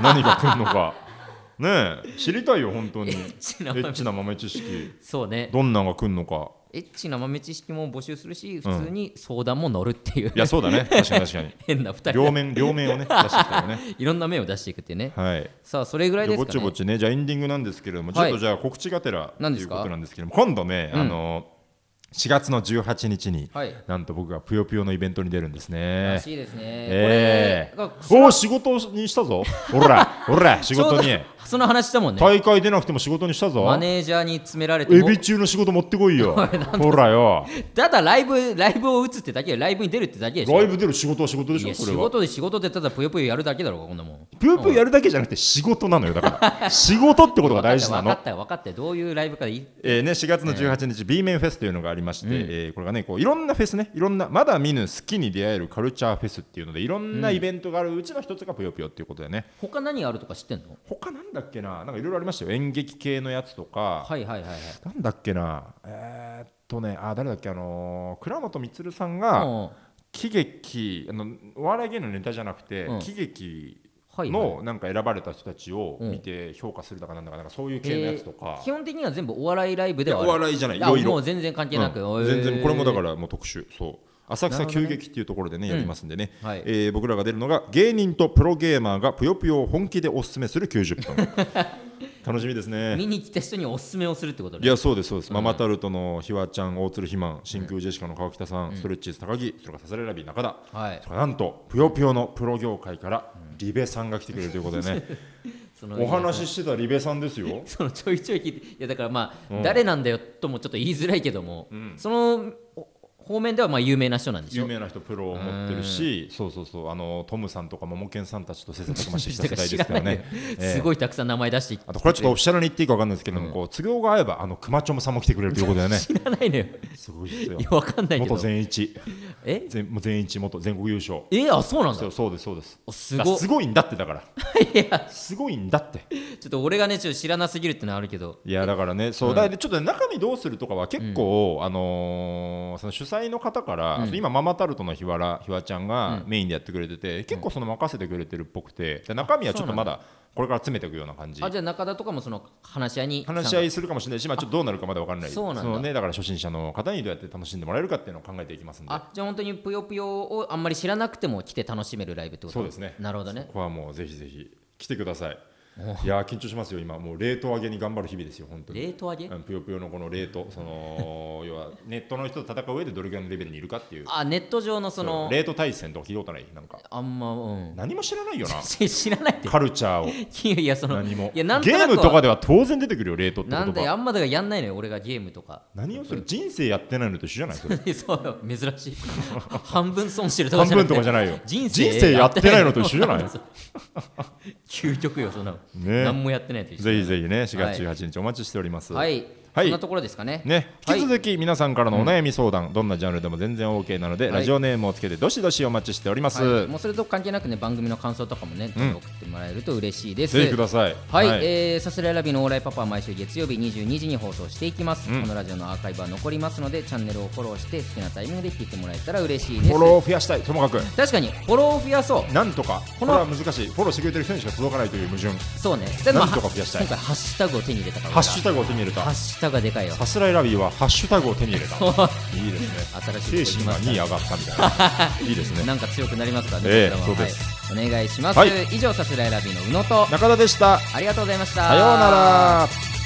Speaker 2: 何が来るのか ねえ知りたいよ本 当にエ
Speaker 1: チな豆
Speaker 2: ッチな豆知識
Speaker 1: そうね
Speaker 2: どんなんが来るのか
Speaker 1: エッチな豆知識も募集するし普通に相談も乗るっていう、
Speaker 2: いやそうだね確かに確かに
Speaker 1: 変な2人
Speaker 2: 両面両面をね出してきたよね
Speaker 1: いろんな面を出していくっていうね、
Speaker 2: はい
Speaker 1: さあそれぐらい
Speaker 2: じゃ
Speaker 1: で
Speaker 2: あ
Speaker 1: す
Speaker 2: ぼ
Speaker 1: か
Speaker 2: ち
Speaker 1: ね
Speaker 2: ぼちねじゃあエンディングなんですけれど
Speaker 1: は
Speaker 2: も、
Speaker 1: い
Speaker 2: ちょっとじゃあ告知がてらと
Speaker 1: 何で
Speaker 2: い
Speaker 1: す
Speaker 2: う
Speaker 1: か
Speaker 2: ことなんですけれども今度ね、あの4月の18日に、
Speaker 1: はい
Speaker 2: なんと僕がぷよぷよのイベントに出るんです
Speaker 1: ら
Speaker 2: ね。
Speaker 1: しいですね、
Speaker 2: ええ
Speaker 1: これが
Speaker 2: おお仕事にしたぞおらおら仕
Speaker 1: ちょう
Speaker 2: 事
Speaker 1: ど
Speaker 2: に
Speaker 1: その話だもんね
Speaker 2: 大会出なくても仕事にしたぞ
Speaker 1: マネージャーに詰められて
Speaker 2: エ
Speaker 1: も
Speaker 2: ビ中の仕事持ってこ いよほらよ
Speaker 1: ただライブライブを打つってだけライブに出るってだけでしょ
Speaker 2: ライブ出る仕事は仕事で
Speaker 1: い
Speaker 2: しょ
Speaker 1: や
Speaker 2: それ
Speaker 1: 仕
Speaker 2: は
Speaker 1: 事で仕事でただぷよぷよやるだけだろうがこんなもん
Speaker 2: ぷよぷよやるだけじゃなくて仕事なのよだから仕事っ てことが大事な
Speaker 1: 分
Speaker 2: の
Speaker 1: かった分かったどういうライブかいい
Speaker 2: えーね、4月の18日、B 面フェスというのがありまして、えーこれがねこういろんなフェスねいろんなまだ見ぬ好きに出会えるカルチャーフェスっていうのでいろんなイベントがあるうちの一つがぷよぷよっていうことでね、
Speaker 1: 他何があるとか知ってんの
Speaker 2: 他なんだっけななんかいろいろありましたよ演劇系のやつとか、
Speaker 1: はいはいはいはい
Speaker 2: なんだっけなえーっとねあ誰だっけあのー倉本光さんが、
Speaker 1: うん
Speaker 2: 喜劇あのお笑い芸能のネタじゃなくて、
Speaker 1: うん
Speaker 2: 喜劇
Speaker 1: はいはい
Speaker 2: のなんか選ばれた人たちを見て評価するだかなんだかなんかそういう系のやつとか
Speaker 1: えー、基本的には全部お笑いライブではあ
Speaker 2: い
Speaker 1: る
Speaker 2: やお笑いじゃない
Speaker 1: あ
Speaker 2: いろいろ
Speaker 1: もう全然関係なく、
Speaker 2: う
Speaker 1: え
Speaker 2: ん
Speaker 1: ー
Speaker 2: 全然これもだからもう特集そう浅草急激っていうところでね
Speaker 1: な
Speaker 2: や
Speaker 1: るほどね
Speaker 2: りますんでね、
Speaker 1: うんはい
Speaker 2: えー僕らが出るのが芸人とプロゲーマーがぷよぷよを本気でおすすめする90分楽しみですね
Speaker 1: 見に来た人におすすめをするってこと
Speaker 2: い
Speaker 1: ね
Speaker 2: やそうですそうです、ママタルトのひわちゃん大鶴ひまん真空ジェシカの川北さん、ストレッチーズ高木それからササレラビー中田、
Speaker 1: はい
Speaker 2: それからなんとぷよぷよのプロ業界からリベさんが来てくれるということでね
Speaker 1: その
Speaker 2: お話ししてたリベさんですよ
Speaker 1: そのちょいちょい聞いていやだからまあ、誰なんだよともちょっと言いづらいけども、そのお方面ではまあ有名な人なんでし
Speaker 2: 有
Speaker 1: ょ
Speaker 2: 名な人プロを持ってるしそうそうそうあのトムさんとかモモケンさんたちと切磋琢磨 してきた世代ですからね
Speaker 1: けどすごいたくさん名前出して
Speaker 2: あとこれはちょっとオフィシャルに言っていいか分かんないですけども、こう都合が合えばあの熊チョムさんも来てくれるということ でね
Speaker 1: 知らないのよ。
Speaker 2: すごいですよ
Speaker 1: いや、わかんないけ
Speaker 2: 元
Speaker 1: ど。
Speaker 2: 全一
Speaker 1: え
Speaker 2: 全もう全一元全国優勝
Speaker 1: え、あ、そうなんだ
Speaker 2: そう。そうですそうです
Speaker 1: おす
Speaker 2: だか
Speaker 1: ご
Speaker 2: ら
Speaker 1: い。
Speaker 2: す
Speaker 1: ちょ
Speaker 2: ごいんだってだから
Speaker 1: い
Speaker 2: すごいんだって
Speaker 1: っと俺がね、ちょっと知らなすぎるってのはあるけど。
Speaker 2: いやだからねそう、だからちょっとね中身どうするとかは結構、あのーその主催の方から、その今ママタルトのひわらひわちゃんがメインでやってくれてて、結構その任せてくれてるっぽくてで中身はちょっとまだこれから詰めていくような感じ
Speaker 1: あ、じゃあ中田とかもその話し合いに。
Speaker 2: 話し合いするかもしれないし、まあ、ちょっとどうなるかまだ分からない
Speaker 1: あそうなんだ
Speaker 2: の、ね、だから初心者の方にどうやって楽しんでもらえるかっていうのを考えていきますんで
Speaker 1: あ、じゃあ本当にぷよぷよをあんまり知らなくても来て楽しめるライブってこと
Speaker 2: そうですね
Speaker 1: なるほどね
Speaker 2: こ。こはもうぜひぜひ来てくださいいやー緊張しますよ今もう冷凍揚げに頑張る日々ですよ本当に
Speaker 1: 冷凍揚げ
Speaker 2: うんぷよぷよのこのレート、その要はネットの人と戦う上でどれぐらいのレベルにいるかっていう、
Speaker 1: あ、ネット上のその、
Speaker 2: レート対戦とか聞いたことない、なんか、
Speaker 1: あんま、うん。
Speaker 2: 何も知らないよな、
Speaker 1: し 知らないって。
Speaker 2: カルチャーを、
Speaker 1: いやいや、その、
Speaker 2: 何も。
Speaker 1: い
Speaker 2: ゲ
Speaker 1: や、なんとな
Speaker 2: ー
Speaker 1: くは
Speaker 2: ムとかでは当然出てくるよ、レートって言
Speaker 1: なんだよ、
Speaker 2: 葉。
Speaker 1: あんまだからやんないのよ、俺がゲームとか。
Speaker 2: 何をする人生やってないのと一緒じゃないそ れ
Speaker 1: そうよ、珍しい。半分損してるとか
Speaker 2: 半
Speaker 1: じゃな
Speaker 2: 分
Speaker 1: く
Speaker 2: と
Speaker 1: て
Speaker 2: かじゃないよ
Speaker 1: 人生
Speaker 2: 人生やってないのと一緒じゃない
Speaker 1: 究極よ、そんなの。
Speaker 2: ね
Speaker 1: 何もやってないと一緒
Speaker 2: ぜひぜひね4月18日お待ちしております、
Speaker 1: はい、
Speaker 2: は
Speaker 1: そ
Speaker 2: い
Speaker 1: んなところですかね。
Speaker 2: ね、
Speaker 1: は
Speaker 2: 引
Speaker 1: い
Speaker 2: き続き皆さんからのお悩み相談、どんなジャンルでも全然 OK なので、
Speaker 1: い
Speaker 2: ラジオネームをつけてどしどしお待ちしております、
Speaker 1: はい、もうそれと関係なくね、番組の感想とかもね、どんどん送ってもらえると嬉しいです。
Speaker 2: ぜひください
Speaker 1: はい、えー、サスレラビのオーライパパは毎週月曜日22時に放送していきます、
Speaker 2: うん
Speaker 1: このラジオのアーカイブは残りますのでチャンネルをフォローして好きなタイミングで聞いてもらえたら嬉しいです
Speaker 2: フォロー増やしたいともかく
Speaker 1: 確かにフォローを増やそう
Speaker 2: なんとか
Speaker 1: こ
Speaker 2: こ
Speaker 1: の
Speaker 2: れは難しいフォローしてくれてる人にしか届かないという矛盾
Speaker 1: そうね
Speaker 2: なんとか増やしたい
Speaker 1: 今回ハッシュタグを手に入れたから
Speaker 2: ハッシュタグを手に入れ
Speaker 1: ハ
Speaker 2: た
Speaker 1: ッシュタグがでかいよ
Speaker 2: さすらいラビーはハッシュタグを手に 入れた
Speaker 1: そう
Speaker 2: いいですね
Speaker 1: 新しい
Speaker 2: 精神が2位上がったみた いないいですね
Speaker 1: なんか強くなりますからね、
Speaker 2: ええ
Speaker 1: こちらは
Speaker 2: そうです
Speaker 1: はい、お願いします、
Speaker 2: はい
Speaker 1: 以上さすらいラビの宇野と
Speaker 2: 中田でした
Speaker 1: ありがとうございました
Speaker 2: さようなら